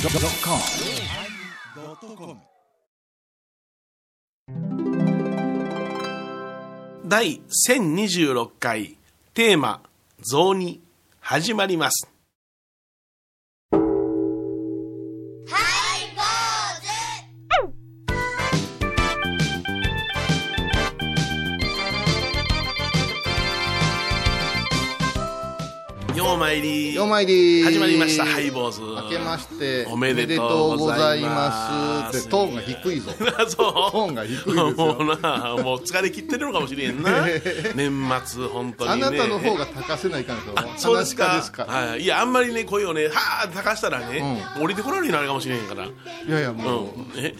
yosmir 第1026回テーマ「雑煮」始まりますようまいりよまいり始まりましたハイボーズ明けましておめでとうございまおめでとうございますすってトーンが低 いぞ そうトーンが低いですよもうなもう疲れ切ってるのかもしれん な年末本当あにねなたの方が炊かせないかんとあそうですかはい、いやあんまりね声をねはあ炊かしたらね、降りてこられるようになるかもしれへんからういやいやもんう、え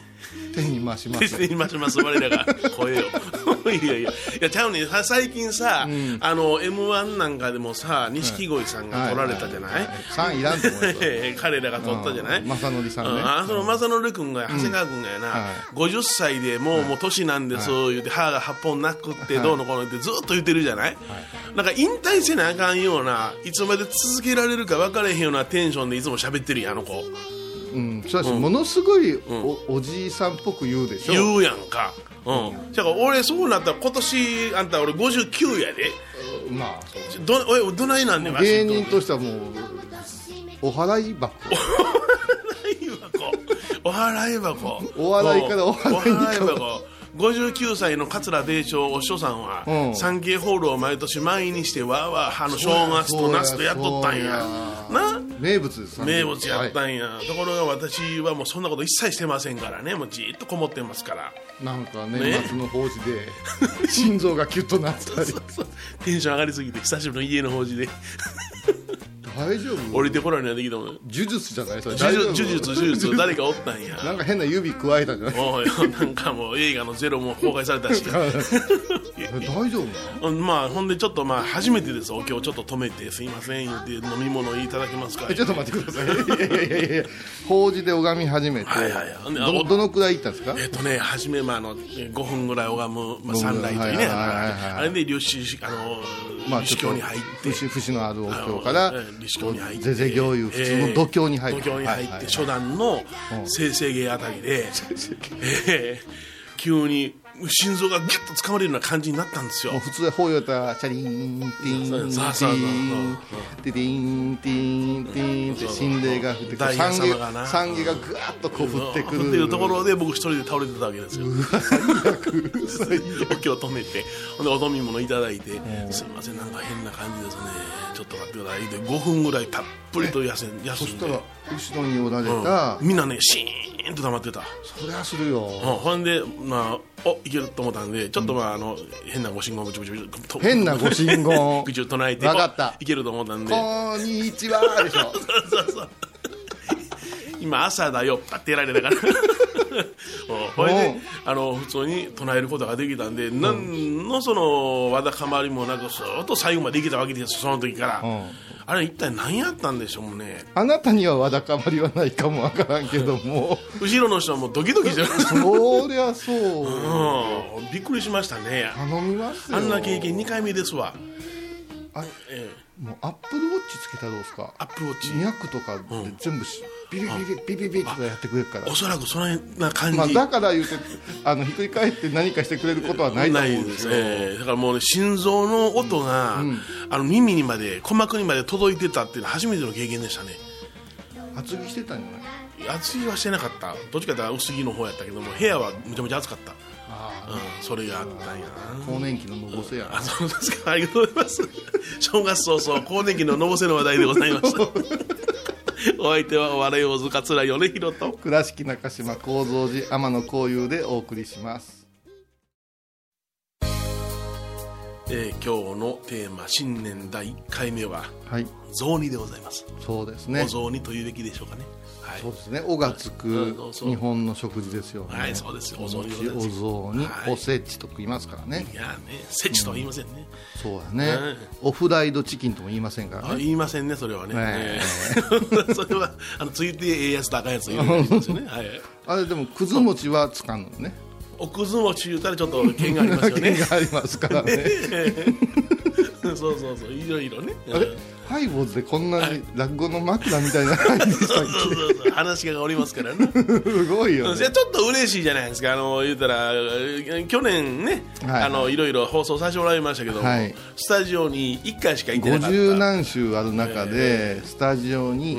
手に回しま す別に今します我らが声を いやいやいやちゃうねんさ最近さ、あの m 1なんかでもさ錦鯉さんが取られたじゃない、 3いらんと思います 彼らが取ったじゃない、うん正則さんねうあその正則君が長谷川君がやな、はい50歳でもう,、もう年なんです、言うて歯が8本なくってどうのこうのってずっと言ってるじゃない、なんか引退せなあかんようないつまで続けられるか分からへんようなテンションでいつも喋ってるやんあの子うんそうだし、ものすごいおおじいさんっぽく言うでしょ言うやんかうん、じゃから俺そうなったら今年あんた俺59やでまあそうどおいどないなんねんわし芸人としてはもうお払い箱お払い箱お笑いからお払いにお払い箱59歳の桂米朝お師匠さんは、うんサンキーホールを毎年満員にしてわーわーあの正月とナスとやっとったんやそうな名物です名物やったはんや、ところが私はもうそんなこと一切してませんからねもうじーっとこもってますからいなんかねね末の法事で 心臓がキュッとなったりテンション上がりすぎて久しぶりの家の法事で大丈夫降りてこられないできたもん呪術じゃないそれ大丈夫呪術呪 術誰かおったんやなんか変な指加えたんじゃないおいなんかもう映画の「ゼロも公開され たし大丈夫なのうんまあ、ほんでちょっとまあ初めてですお今日ちょっと止めてすいません言って飲み物いただけますかえちょっと待ってください。いやいやいやいや、法事で拝み始めて、はいはいはいあどおどのくらい行ったんですかえっとね初めまああの5分ぐらい拝む、まあ、サンライトにはねいはいはいはいあれで立志あのまあ立教に入って節節のあるお経からえー立教に入って是々行いう普通の度胸に入るえー度胸に入って、はいはいはい初段の生成芸あたりで、えー急に心臓がギュッと掴まれるような感じになったんですよもう普通は法要やったらチャリーンティーンテそうそうそうそうィーンティーンティーンティーンって心霊が降ってくダるイヤ三様がな下三下がぐわっとこう降ってく降るってるところで僕一人で倒れてたわけですよお経を止めてほんでお飲み物いただいて「すいませんなんか変な感じですねちょっと待ってください」で5分ぐらいたっぷりと休ん休そんしでたら後ろにおられた、うんみんなねシーンと黙ってた、そりゃするよ、うん、ほんでまあおいけると思ったんでちょっとまああの変なご信号をブチブチブチと変なご神言 口を唱えてわかったおいけると思ったんでこんにちはでしょ今朝だよパッてやられたから おそれうでんあの普通に唱えることができたんで、何のそのわだかまりもなくそーっと最後までいけたわけですよその時から、んあれ一体何やったんでしょうねあなたにはわだかまりはないかもわからんけども後ろの人はもうドキドキしてました、そりゃそううん、びっくりしましたね頼みますよあんな経験2回目ですわあれえもうアップルウォッチつけたらどうですかアップローチ200とかで全部しビリビリビリビリとかやってくれるからおそらくそんな感じ、まあ、だから言うてあのひっくり返って何かしてくれることはないとな思ういんでですすよね、ええだからもうね心臓の音が、あの耳にまで鼓膜にまで届いてたっていうのは初めての経験でしたね厚着してたんじゃない厚着はしてなかったどっちかというと薄着の方やったけども部屋はめちゃめちゃ暑かったあうん、それがあったんやな更年期ののぼせやあそうですかありがとうございます 正月早々更年期ののぼせの話題でございました お相手はお笑い大塚桂米宏と倉敷中島幸三寺天野幸雄でお送りしますえー今日のテーマ新年第1回目ははい雑煮でございます、そうですねお雑煮というべきでしょうかねはいそうですね「お」がつくそうそう日本の食事ですよね、はい、そうですよ。お雑煮でございおます雑煮、はいおせちとか言いますからねいやね、せちとは言いませんね。そうだね、おフライドチキンとも言いませんからあね言いませんね、それはね。えええ それは、あの、ついてええやつとあかんやつ言うんですよね。はい。あれでもくず餅はつかんのね おくず餅言うたらちょっと剣がありますよね。がありますからね そうそうそういろいろねあれハイボーズでこんなに落語の枕みたいな感じでしたっそうそうそう話がおります からねけすご いよいやねちょっと嬉しいじゃないですか、あの言うたら、え去年ね、はいいあの、いろいろ放送させてもらいましたけども、はいスタジオに1回しか行ってなかった、 50 1何週ある中でスタジオに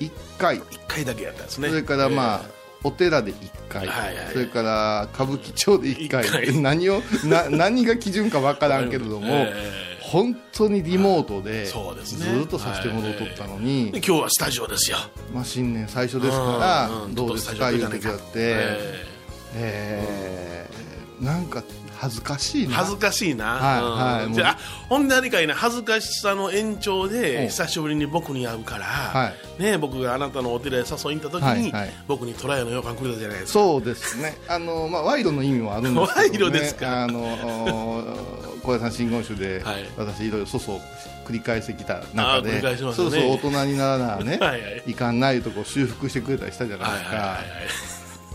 1回回だけやったんですね、それからまあお寺で1回、はいはいそれから歌舞伎町で1回一回何を な何が基準か分からんけれども、え本当にリモートで,、そうですねずっとさせてもらうとったのに、えで今日はスタジオですよ、まあ、新年最初ですから、うんうんどうですかち言ょうっとてスタくジだオって、ええーなんか恥ずかしいな恥ずかしいな、はいはいうんじゃあほんであれかいな恥ずかしさの延長うんで久しぶりに僕に会うから、はね、僕があなたのお寺へ誘いに行った時に、はいはい僕にトライの予感くれたじゃないですかそうですねあの、まあ、賄賂の意味もあるんですけ賄ど、ね、賂ですかあのお小屋さん真言宗で、はい私いろいろ粗相を繰り返してきた中あー繰で、り返しそまろしたそねろ大人にならな ねはいはいかんないとこ修復してくれたりしたじゃないはいですはか、いはいはい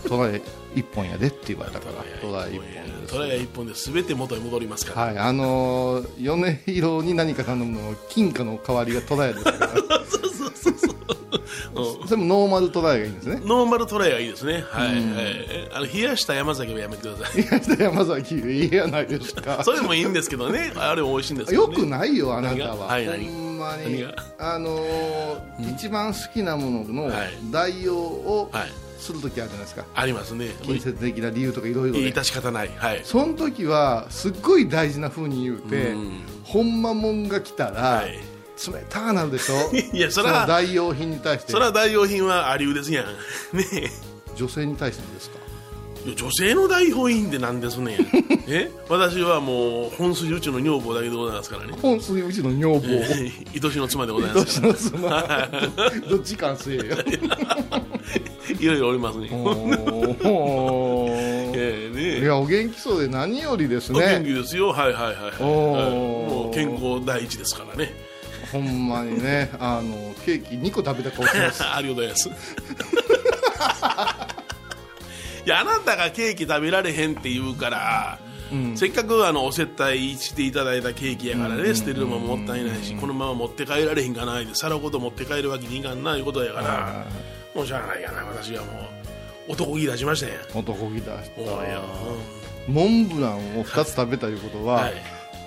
トライ一本やでって言われたからトライ一本ですトライ一本で全て元に戻りますから、はい、あのー、米色に何か頼むのは金貨の代わりがトライで すからそれもノーマルトライがいいんですねノーマルトライはいいですね、はいはいえあの冷やした山崎はやめてください、 山崎いいやないですかそれもいいんですけどね、あれも美味しいんですけよど、ね、くないよあなた何がは、はい何ほんま何にがあのー一番好きなもののはい代用をはいする時あるじゃないですか、ありますね、金銭的な理由とかいろいろ言いでたし方ない、はい、その時はすっごい大事なふうに言うて、うんほんまもんが来たら、はい冷たくなるでしょ いやそれのは代用品に対してそれは代用品はありうですやん、 ね女性に対してですかえいや女性の代用品ってなんです ねんえ、私はもう本筋宇宙の女房だけでございますからね、本水うちの女房愛しの妻でございまどすしから、のすまどっちかんすえよ いろいろおりますね。おーええねえいやお元気そうで何よりです元気ねですよ、はいはいはい、はい、おーもう健康第一ですからね。ほんまにねあのケーキ2個食べた顔してます ありがとうござい ます。いやあなたがケーキ食べられへんって言うから、せっかくあのお接待していただいたケーキやからね、捨てるのももったいないし、このまま持って帰られへんかないで皿ごと持って帰るわけにいかんないことやから、もうしゃあないやな私はもう男気出しましたやん男気出しもういやたモンブランを2つ食べたいうことは、はい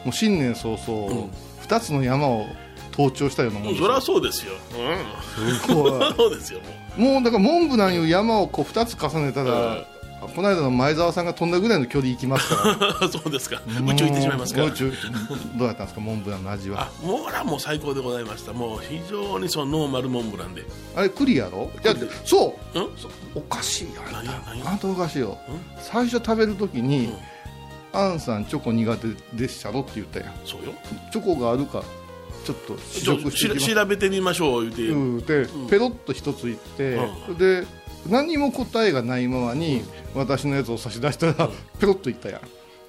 もう新年早々、2つの山を登頂したようなもんうんですそりゃよそうですよ、すごいうん、 そうですよもうもうだからモンブランいう山をこう2つ重ねたら、この間の前澤さんが飛んだぐらいの距離行きますからそうですか。 宇宙行ってしまいますかもうら宇。宙どうやったんですかモンブランの味はあ、モーランも最高でございました。もう非常にそのノーマルモンブランで。あれ栗やろいやそうん？うそおかしいよあ何んたが何があんたおかしいよ最初食べる時に、あんさんチョコ苦手でっしゃろって言ったやんそうよ。チョコがあるかちょっと試ちょ食してしき調べてみましょう言うて。ますで、ペロッと一ついって、うんで何も答えがないままに、私のやつを差し出したら、ペロッといったや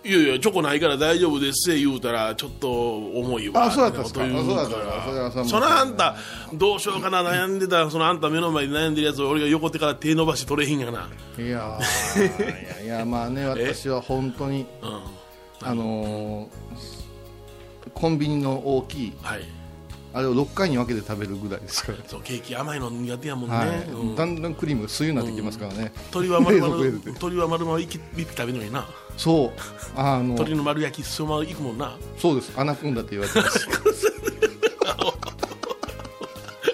んいやいやチョコないから大丈夫ですって言うたらちょっと重いわ。あそうだったんですかってこと言うか。あそうだったんですかそらそれはのさあんたどうしようかな悩んでたそのあんた目の前で悩んでるやつを俺が横手から手伸ばして取れへんやな。いや ーいやいやまあね私は本当にうん。あのーコンビニの大きいはい。あれを6回に分けて食べるぐらいですから、そうケーキ甘いの苦手やもんね。はいうんだんだんクリームが水になってきますからね、鳥は丸 々冷蔵庫入れて鳥は丸々一匹一匹食べるのにな。そうあの鳥の丸焼きそのまま行くもんな。 そうですアナコンダって言われてます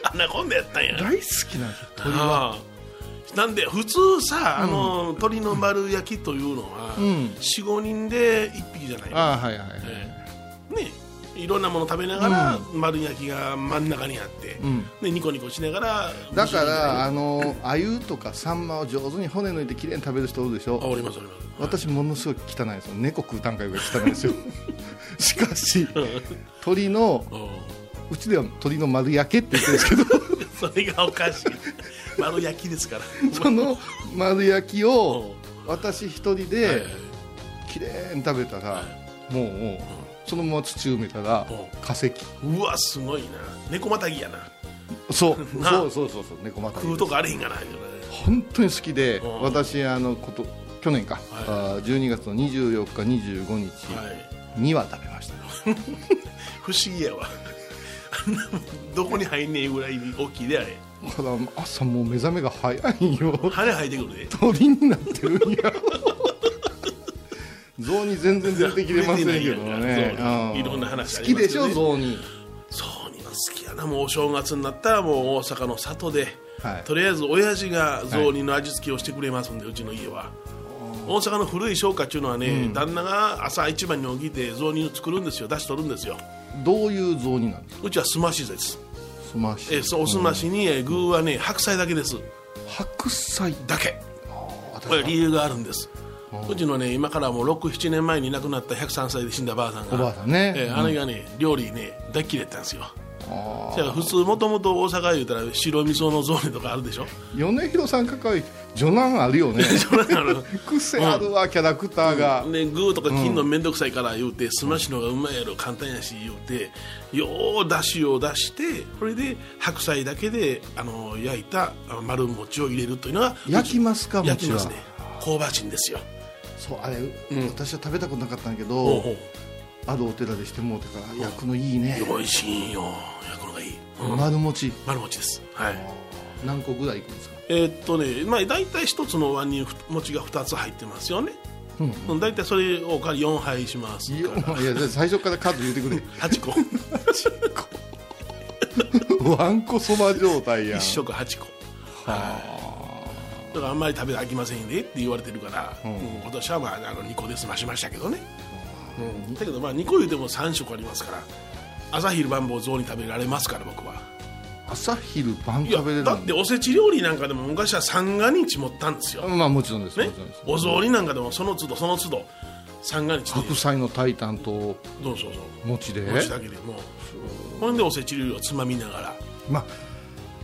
アナコンダやったんや 大好きなんですよ鳥はああなんで普通さあの、鳥の丸焼きというのは、ん45人で1匹じゃないああはいはいはい、ええねいろんなもの食べながら、丸焼きが真ん中にあって、んね、ニコニコしながらだからあのあゆとかサンマを上手に骨抜いてきれいに食べる人おるでしあょおりますおります私ものすごく汚いですよ猫食う段階が汚いです よしかし鳥のおううちでは鳥の丸焼けって言ってるんですけ どそれがおかしい丸焼きですからその丸焼きうをん私一人えでえ綺麗に食べたらもうそのまま土埋めたらうん化石うわすごいな猫またぎやなそう なそうそうそうそう猫また食うとこあれへんかな本当に好きでうん私あのこと去年か、あー12月の24日25日はいには食べました不思議やわ あんなもんどこに入んねえぐらい大きいであれただ朝もう目覚めが早いよ羽生えてくるで鳥になってるん やゾウに全然出てきれませんけどねそううんいろんな話あ好りきますよねでしょゾウにそうには好きやなもうお正月になったらもう大阪の里で、はいとりあえず親父が雑煮の味付けをしてくれますんで、うちの家は大阪の古い商家っていうのはね、旦那が朝一番に起きて雑煮を作るんですよ出し取るんですよどういうゾウになんですかうちはすましですすましえーそうおすましに、えー具はね白菜だけです白菜だけこ私れ理由があるんですうちのね今からもう67年前に亡くなった103歳で死んだばあさんがおばあさんねえーうん姉がね料理ね大嫌いだったんですよあじゃあ普通もともと大阪言うたら白味噌の雑煮とかあるでしょ 米広さん抱え序難あるよねそれなの癖あるわキャラクターがね、グーとか切んの面倒くさいから言うて、すましのがうまいやろ簡単やし言うてようだしを出してそれで白菜だけであの焼いたあの丸餅を入れるというのが焼きますか焼き餅まはすね香ばしいんですよそうあれ私は食べたことなかったんやけほうどほうあるお寺でしてもうてから焼くのいいね美味しいんよ焼くのがいい、うん丸餅丸餅ですはい何個ぐらいいくんですかえーっとね、まあ、大体一つのお椀にふ餅が2つ入ってますよね、うんうん、大体それをおかわり4杯しますいかやらいやじゃあ最初から数言うてくれ8個 わんこそば状態やん一食8個はいだからあんまり食べ飽きませんでって言われてるから、うん今年はまああの2個で済ましましたけどね、うん、だけどまあ2個言うても3食ありますから朝昼晩も雑に食べられますから僕は朝昼晩いや食べれるだっておせち料理なんかでも昔は三が日持ったんですよ、まあもちろんですねもちろんです、お雑煮なんかでもその都度その都度三が日で白菜の炊いたんとどうぞどうぞ餅でお餅だけでもほんでおせち料理をつまみながらまあ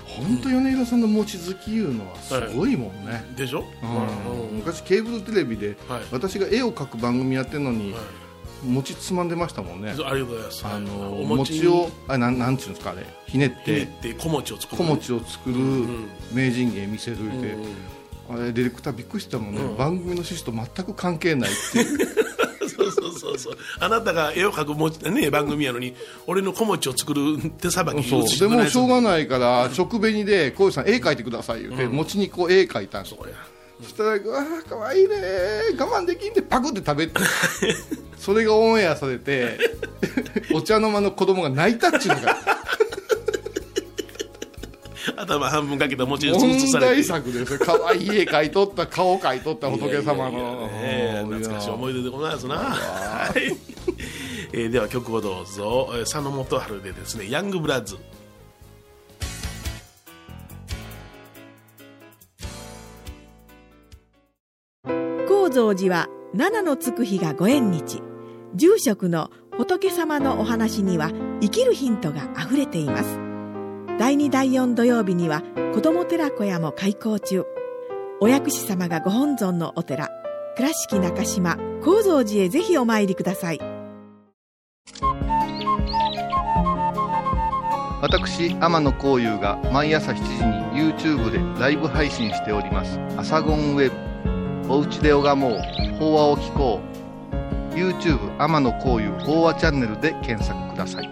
本当米広さんの餅好きいうのはすごいもんね、でしょ、うん昔ケーブルテレビではい私が絵を描く番組やってるのに、餅つまんでましたもんねありがとうございますあのお餅にをあなんなんちゅうんですかあれひねっひねてって小餅を作る小餅を作る名人芸見せといて、あれディレクターびっくりしたもんね、番組の趣旨と全く関係ないっていう そうそうそうそうあなたが絵を描く餅、ね、番組やのに俺の小餅を作る手さばきそうでもしょういがないから食紅で小石さん絵描いてください言って、餅にこう絵描いたんですそうやそしたら「うわーかわいいねー我慢できん」でパクって食べ てそれがオンエアされて お茶の間の子供が泣いたっちゅうのが頭半分かけた餅につぶつ問されて題作ですよ可愛い絵描いとった顔描いとった仏様のええ懐かしい思い出でございますな、はいえーでは曲をどうぞえー佐野元春でですね「ヤングブラッズ」高蔵寺は七のつく日がご縁日住職の仏様のお話には生きるヒントがあふれています第2第4土曜日には子ども寺小屋も開校中お薬師様がご本尊のお寺倉敷中島・高蔵寺へぜひお参りください私天野幸雄が毎朝7時に YouTube でライブ配信しております「アサゴンウェブ」「おうちで拝もう法話を聞こう」YouTube 天野幸雄法話チャンネルで検索ください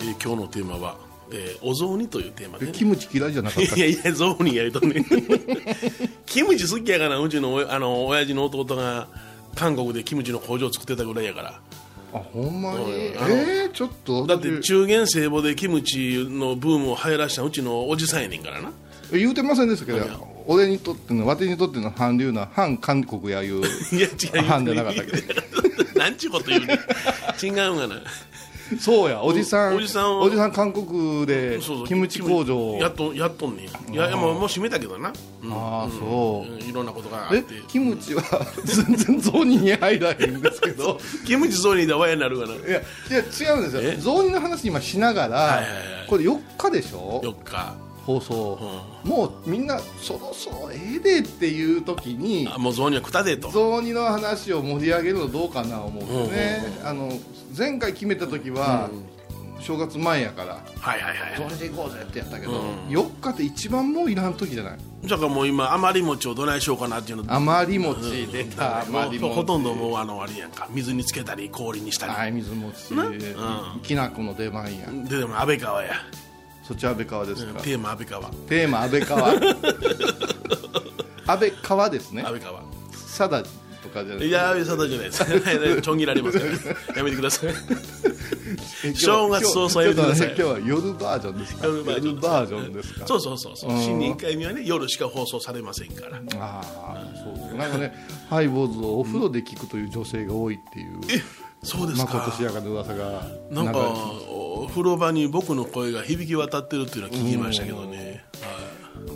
えー今日のテーマは、えーお雑煮」というテーマで、ね、キムチ嫌いじゃなかったっいけやいや、ゾウにやりとん ねん。キムチ好きやから、うちのおあの親父の弟が韓国でキムチの工場作ってたぐらいやから。 あほんまにえあのー、ちょっとだって中元聖母でキムチのブームを流行らしたうちのおじさんやねんからな。言うてませんでしたけど俺にとっての私にとっての韓流な反韓国やいう いや、違う。あんたなかったっけ なんちゅうこと言うねん。違うがな。そうやおじさんおじさんをおじさん韓国でキムチ工場をやっと、やっとんねん。いや、いやもうもう閉めたけどな。うんああそうう、んいろんなことがあっえて。キム チは全然雑煮に入らへんですけどキムチゾウにだわやになるがな。 いやいや違うんですよえ雑煮の話今しながら、いはいはいこれ4日でしょ4日。放送、もうみんなそろそろええでっていう時にあもうゾウにはくたでと雑煮の話を盛り上げるのどうかな思うよね、あの前回決めた時は、正月前やからはいはいはいどれで行こうぜってやったけど、うん4日って一番もういらん時じゃないじゃあもう今余り餅をどないしようかなっていうの余り餅出たも余りう餅ほとんどもうあのあれやんか水につけたり氷にしたり、はい水餅、んきなこの出番やででも安倍川やそっち安倍川ですか、テーマ安倍川安テーマ安倍 川安倍川ですね倍川サダとかじゃないいやーそんなじゃないです はいちょん切られますからやめてくださいえ今日正月早々やめてください今日は今日は夜バージョンですか夜バージョンですバージョンですかそうそうそうそううん新年1回目はね夜しか放送されませんからああそうなんかねハイボーズをお風呂で聞くという女性が多いっていうそうですまかことしやかな噂がなんか流れてお風呂場に僕の声が響き渡ってるっていうのは聞きましたけどね、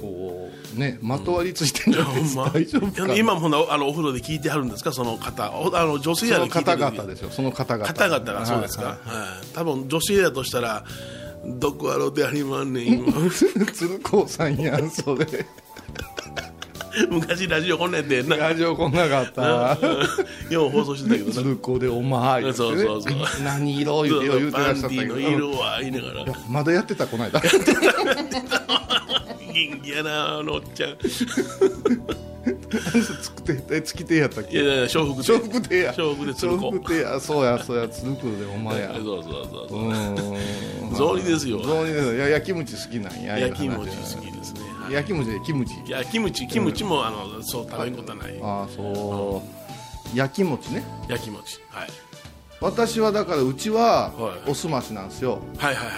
こうねまとわりついてんじいゃやなほいでんすかま大丈夫かいなや今もほんなあのお風呂で聞いてはるんですかその方おあの女性そやので聞い方てる々ですよその方々方々がそうですか、ははい多分女性やとしたらどこやろうでありまんねん今 い鶴光さんやんそれ昔ラジオこんなんやって んなラジオこんなかったよう放送してたけどな鶴光でおまーいそうそうそうってね何色言うてよ言うてバらンっしゃったデけィどの色は言いながらまだやってたこないだ元気やなあのおっちゃんいつくてえつきてやったっけやいやいや笑福亭笑福亭や笑福亭鶴子笑福亭やそうやそうや鶴光でお前や そうそうそううそーんう雑煮ですよ雑煮ですいや焼きムチ好きなんや焼き餅いう話好きですねはい焼きムチでキムチいやキムチキムチも、あのそう食べんことはないああそう焼き餅ね焼き餅、はい、私はだからうちははいおすましなんですよはいはいはい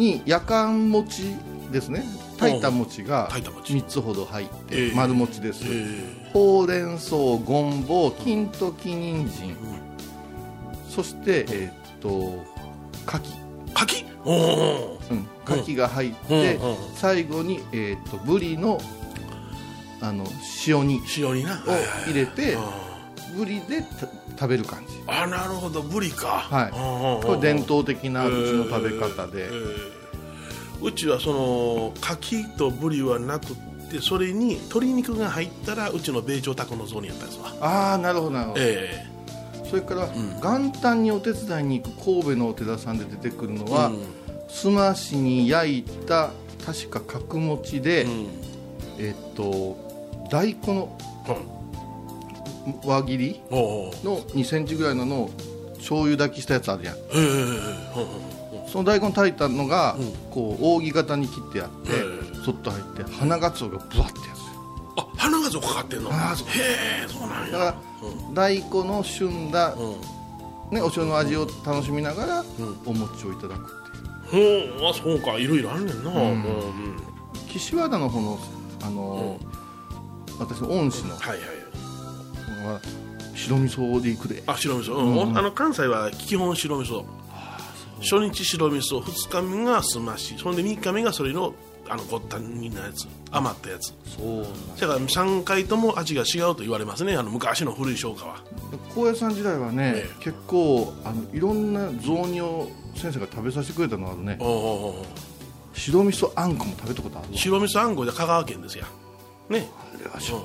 に夜間餅ですね炊いた餅が炊いた餅3つほど入っえてえ丸餅です、えーほうれん草ごんぼう金時人参そしてえーっと牡蠣柿おおうん牡蠣が入って、うんうん最後に、えー、とブリのあの塩煮を塩になはいはい入れてあブリでた食べる感じーあなるほどブリかはいいこれ伝統的なうちの食べ方えでーうちはその柿とブリはなくてそれに鶏肉が入ったらうちの米朝タコの雑煮やったんですわああなるほどなるほど、えそれから、ん元旦にお手伝いに行く神戸のお寺さんで出てくるのえは、すましに焼いた確か角餅で、うんうんえっと大根の輪切りおおの2センチぐらいののを醤油炊きしたやつあるやんええほんほんその大根炊いたのが、うんこう扇形に切ってあって、へそっと入って花がつおがぶわってやつあ花がそこかかってんの花がそうへえそうなんだやから、大根の旬だ、うんね、お塩の味を楽しみながら、んお餅をいただくっていうほうあそうかいろいろあんねんな、んもううん岸和田の方の、あのー私の恩師の、はいはいは白味噌でいくであ白味噌、うんおあの関西は基本白味噌初日白味噌2日目がすましそんで3日目がそれのあのごったんみんなやつ余ったやつそうだから3回とも味が違うと言われますねあの昔の古い商家は高野山時代はね、ええ結構あのいろんな雑煮を先生が食べさせてくれたのあるねおうおうおう白味噌あんこも食べたことあるわ白味噌あんこで香川県ですやねあれは衝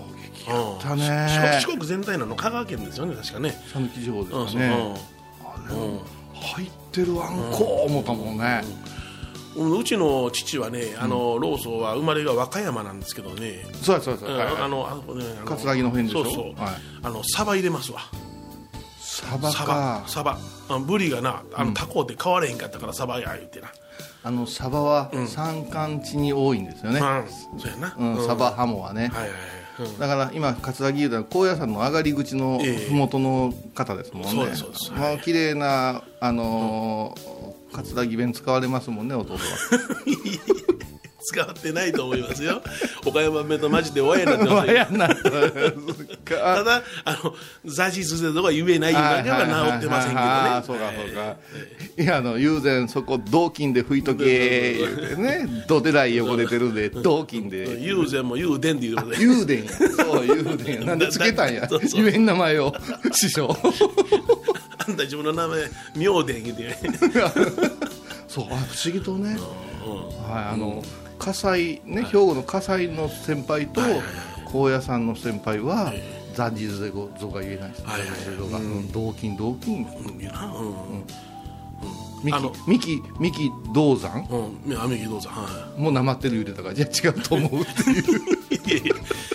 撃やったね四国全体なの香川県ですよね確かね讃岐地方でうんすそうかね、うんうん入ってるあんこ思ったもんね、うんうちの父はね、あの老僧は生まれが和歌山なんですけどね、そうやそうやそうや、はいあはいのあのねあの葛城の辺でしょそうそう、はいあのサバ入れますわサバサかバサバあブリがなあのタコで買われへんかったからサバや言ってな、あのサバは山間地に多いんですよね、うんそうやな、うんサバハモはね、はいはいはい、だから今葛城う高野山の上がり口のええ麓の方ですもんね、そうですそうですまあ綺麗なあのー葛城弁使われますもんね弟は 使ってないと思います よ岡山弁とマジで和や なってますよわ やなただあのザジズゼとか言えないようなのは治ってませんけどね、あーそうかそうか、いやあの友禅そこ銅金で拭い とけ言うてねどでらい汚れてるんで銅金で友禅も友伝っていうことで友禅やそう友禅やなんでつけたんやだだそうそうゆえん名前を師匠あんた自分の名前妙伝言うてね そうあ不思議とね、はいあの、火災ね、兵庫の火災の先輩と高野山の先輩は、ザジゼゴゾが言えないです、はいはいはいザジゼゴが、うん同金同金、うんいいなうん三あの木三木三木銅山うんいや雨木どうぞはもうなまってる言うてたからいや違うと思うっていいいやういやい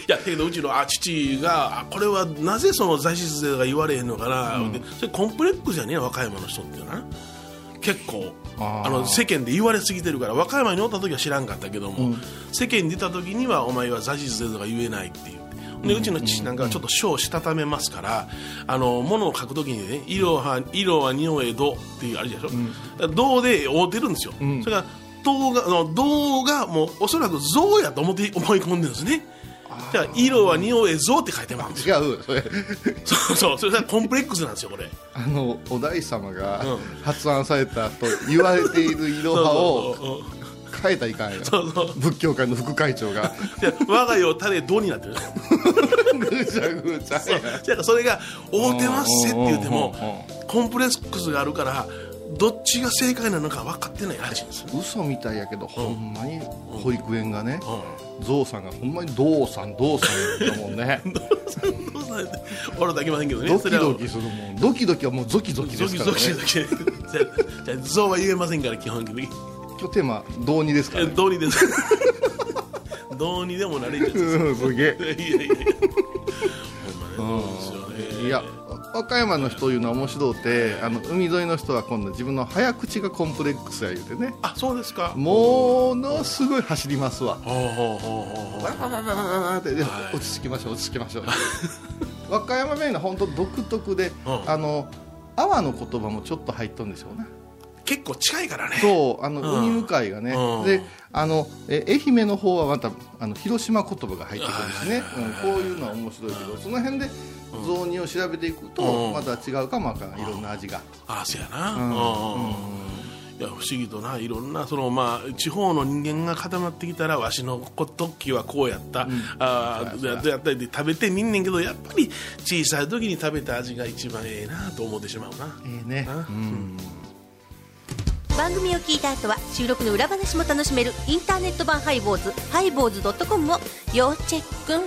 やだけどうちのあ父があこれはなぜその座室税が言われへんのかな、でそれコンプレックスやね和歌山の人ってな結構ああーの世間で言われすぎてるから和歌山におった時は知らんかったけども、世間に出た時にはお前は座室税とか言えないって言って。でうちの父なんかはちょっと書をしたためますから、あの物を書くときにね、色は色は匂いどっていうあれでしょ、銅で覆ってるんですよ、それから銅があの銅がもうおそらく象やと思って思い込んでるんですね、だから色は匂い象って書いてます違う それそうそう、それがコンプレックスなんですよ、これ。あのお大師様がうん発案されたと言われている色派をそうそうそう変えたらいかんよそうそう仏教界の副会 長がで我が世を種銅になってる。ぐちゃぐちゃそうやだからそれが合うてますせって言ってもうんコンプレックスがあるからどっちが正解なのか分かってないらしいんですよ、嘘みたいやけどほんまに保育園がねうゾウさんがほんまに「どうさんどうさん」言うたもん ねん、どうされて笑うだけませんけどねドキドキするもんドキドキはもうゾキゾキそでれすはかドらキドねキドキドキじゃあじゃあ象は言えませんから基本的に今日テーマ「どうに」ですからねどうにですどうにでもなれるやうんすげえついやいやいやほんまねそうですよねいや和歌山の人いうのは面白うてあの海沿いの人は今度自分の早口がコンプレックスや言うてねあそうですかものすごい走りますわほうほうほうほうほうババババババってで落ち着きましょう落ち着きましょう和歌山弁が本当独特で、うんあの阿波の言葉もちょっと入っとんでしょうね結構近いからねそうあの、うんウニ向かいがね、うんであのえ愛媛の方はまたあの広島言葉が入ってくるんですね、うん、こういうのは面白いけどその辺で雑煮を調べていくと、うんまた違うかもわからんいろんな味が、あそうやな、うんいや不思議とないろんなその、まあ、地方の人間が固まってきたらわしの時はこうやった、あそうやあやったりで食べてみんねんけどやっぱり小さい時に食べた味が一番ええなと思ってしまうな。ええね、あうん番組を聞いた後は収録の裏話も楽しめるインターネット版ハイボーズハイボーズドットコムを要チェック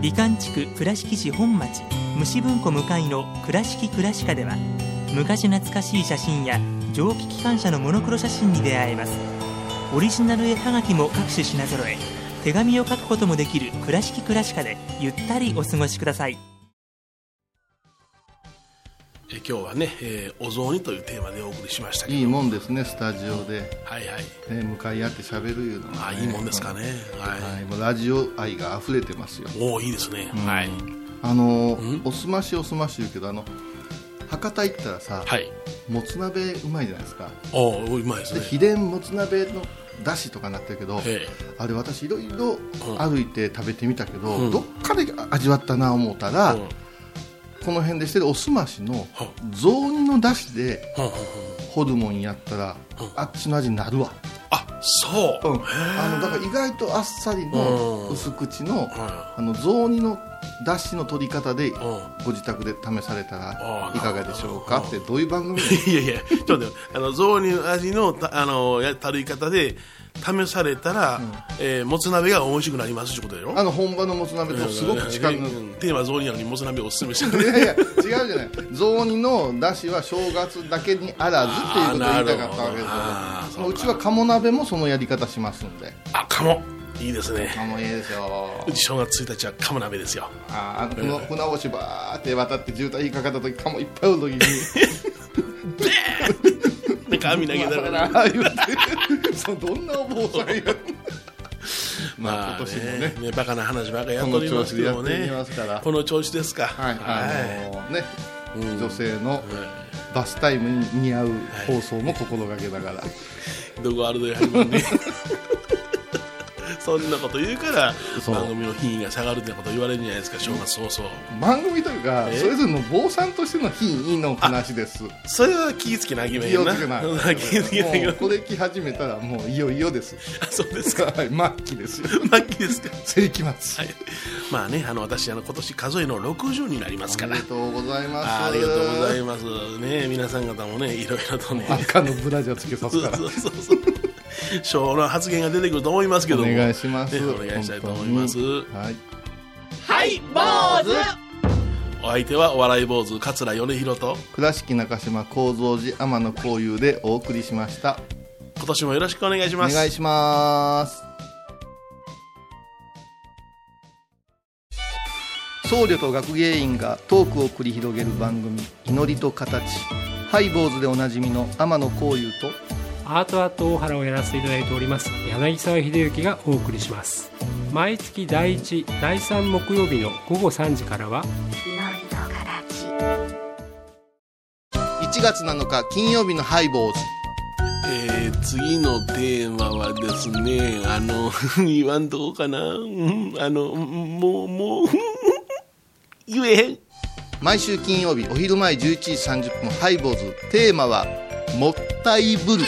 美観地区倉敷市本町虫文庫向かいの「倉敷倉歯科」では昔懐かしい写真や蒸気機関車のモノクロ写真に出会えますオリジナル絵はがきも各種品揃え手紙を書くこともできる「倉敷倉歯科」でゆったりお過ごしくださいえ今日はね、えーお雑煮というテーマでお送りしましたけどいいもんですねスタジオで、はいはいね、向かい合って喋るいうのは、あいいもんですかね、は、はいもうラジオ愛が溢れてますよい、おおいいですね、はいあのんおすましおすまし言うけどあの博多行ったらさ、はいもつ鍋うまいじゃないですかおおうまいですでね秘伝もつ鍋のだしとかなってるけど、えあれ私いろいろん歩いて食べてみたけど、うんどっかで味わったな思うたえら、うんこの辺でしてるおすましのは雑煮のだしでうんうんうんホルモンやったら、うんあっちの味になるわ、あそううん、あのだから意外とあっさりのうん薄口のはあの雑煮のだしの取り方いでうんご自宅で試されたらあーいかがでしょうなかるっほどてどういう 番組いやいや、ちょっと待ってあの雑煮味のたあのやたるい方で試されたら、えーもつ鍋が美味しくなりますってことだよ。あの本場のもつ鍋とすごく近くいやいやいやテーマは雑煮なのにもつ鍋をおすすめしてい る。やいや違うじゃない雑煮のだしは正月だけにあらずっていうことを言いたかったわけですよあーなるほどあーそうかうちは鴨鍋もそのやり方しますんであ、かも。いいですね。鴨いいですようち正月1日は鴨鍋ですよ。あーあの船船越バーって渡って渋滞引っかかった時鴨いっぱいおる時になんか網投げ「なが ら。ああ」言って そのどんなお坊 さんやまあ、今年もねねバカな話ばっかりやっとりますけどもこの調子でやってねみますから。この調子ですか。はい、あのーねうん女性のはバスタイムに似合う放送も心がけながら、いどこあるのよ、今 ね。そんなこと言うからそう番組の品位が下がるってこと言われるんじゃないですか正月早々番組というかえそれぞれの坊さんとしての品位の話ですそれは気ぃつけなきゃいけ気をないつけ な気ぃつけなきゃいけもなういこれ着始めたらもういよいよですあそうですかはい末期ですよ末期ですか世紀末はいまあねあの私あの今年数えの60になりますおかめらでとうございますありがとうございますね皆さん方もねいろいろとね赤のブラジャーつけそさすうからそうそう そう昭和の発言が出てくると思いますけどおも願いします、ねお願いしたいと思います本当にはいはい坊主お相手はお笑い坊主桂米広と倉敷中島幸三寺天野幸雄でお送りしました今年もよろしくお願いしおます願いします僧侶と学芸員がトークを繰り広げる番組「祈りと形」ハイボーズでおなじみの天野幸雄とアートアート大原をやらせていただいております柳沢秀幸がお送りします毎月第1第3木曜日の午後3時からは1月7日金曜日のハイボーズえー次のテーマはですねあの 言わんとこかなうんあのうんもうもううん 言えへん毎週金曜日お昼前11時30分ハイボーズテーマは「もったいぶる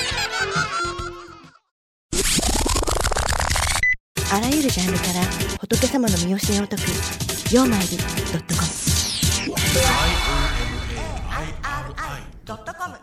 あらゆるジャンルから仏様の身教えを解く「曜マイルドットコム」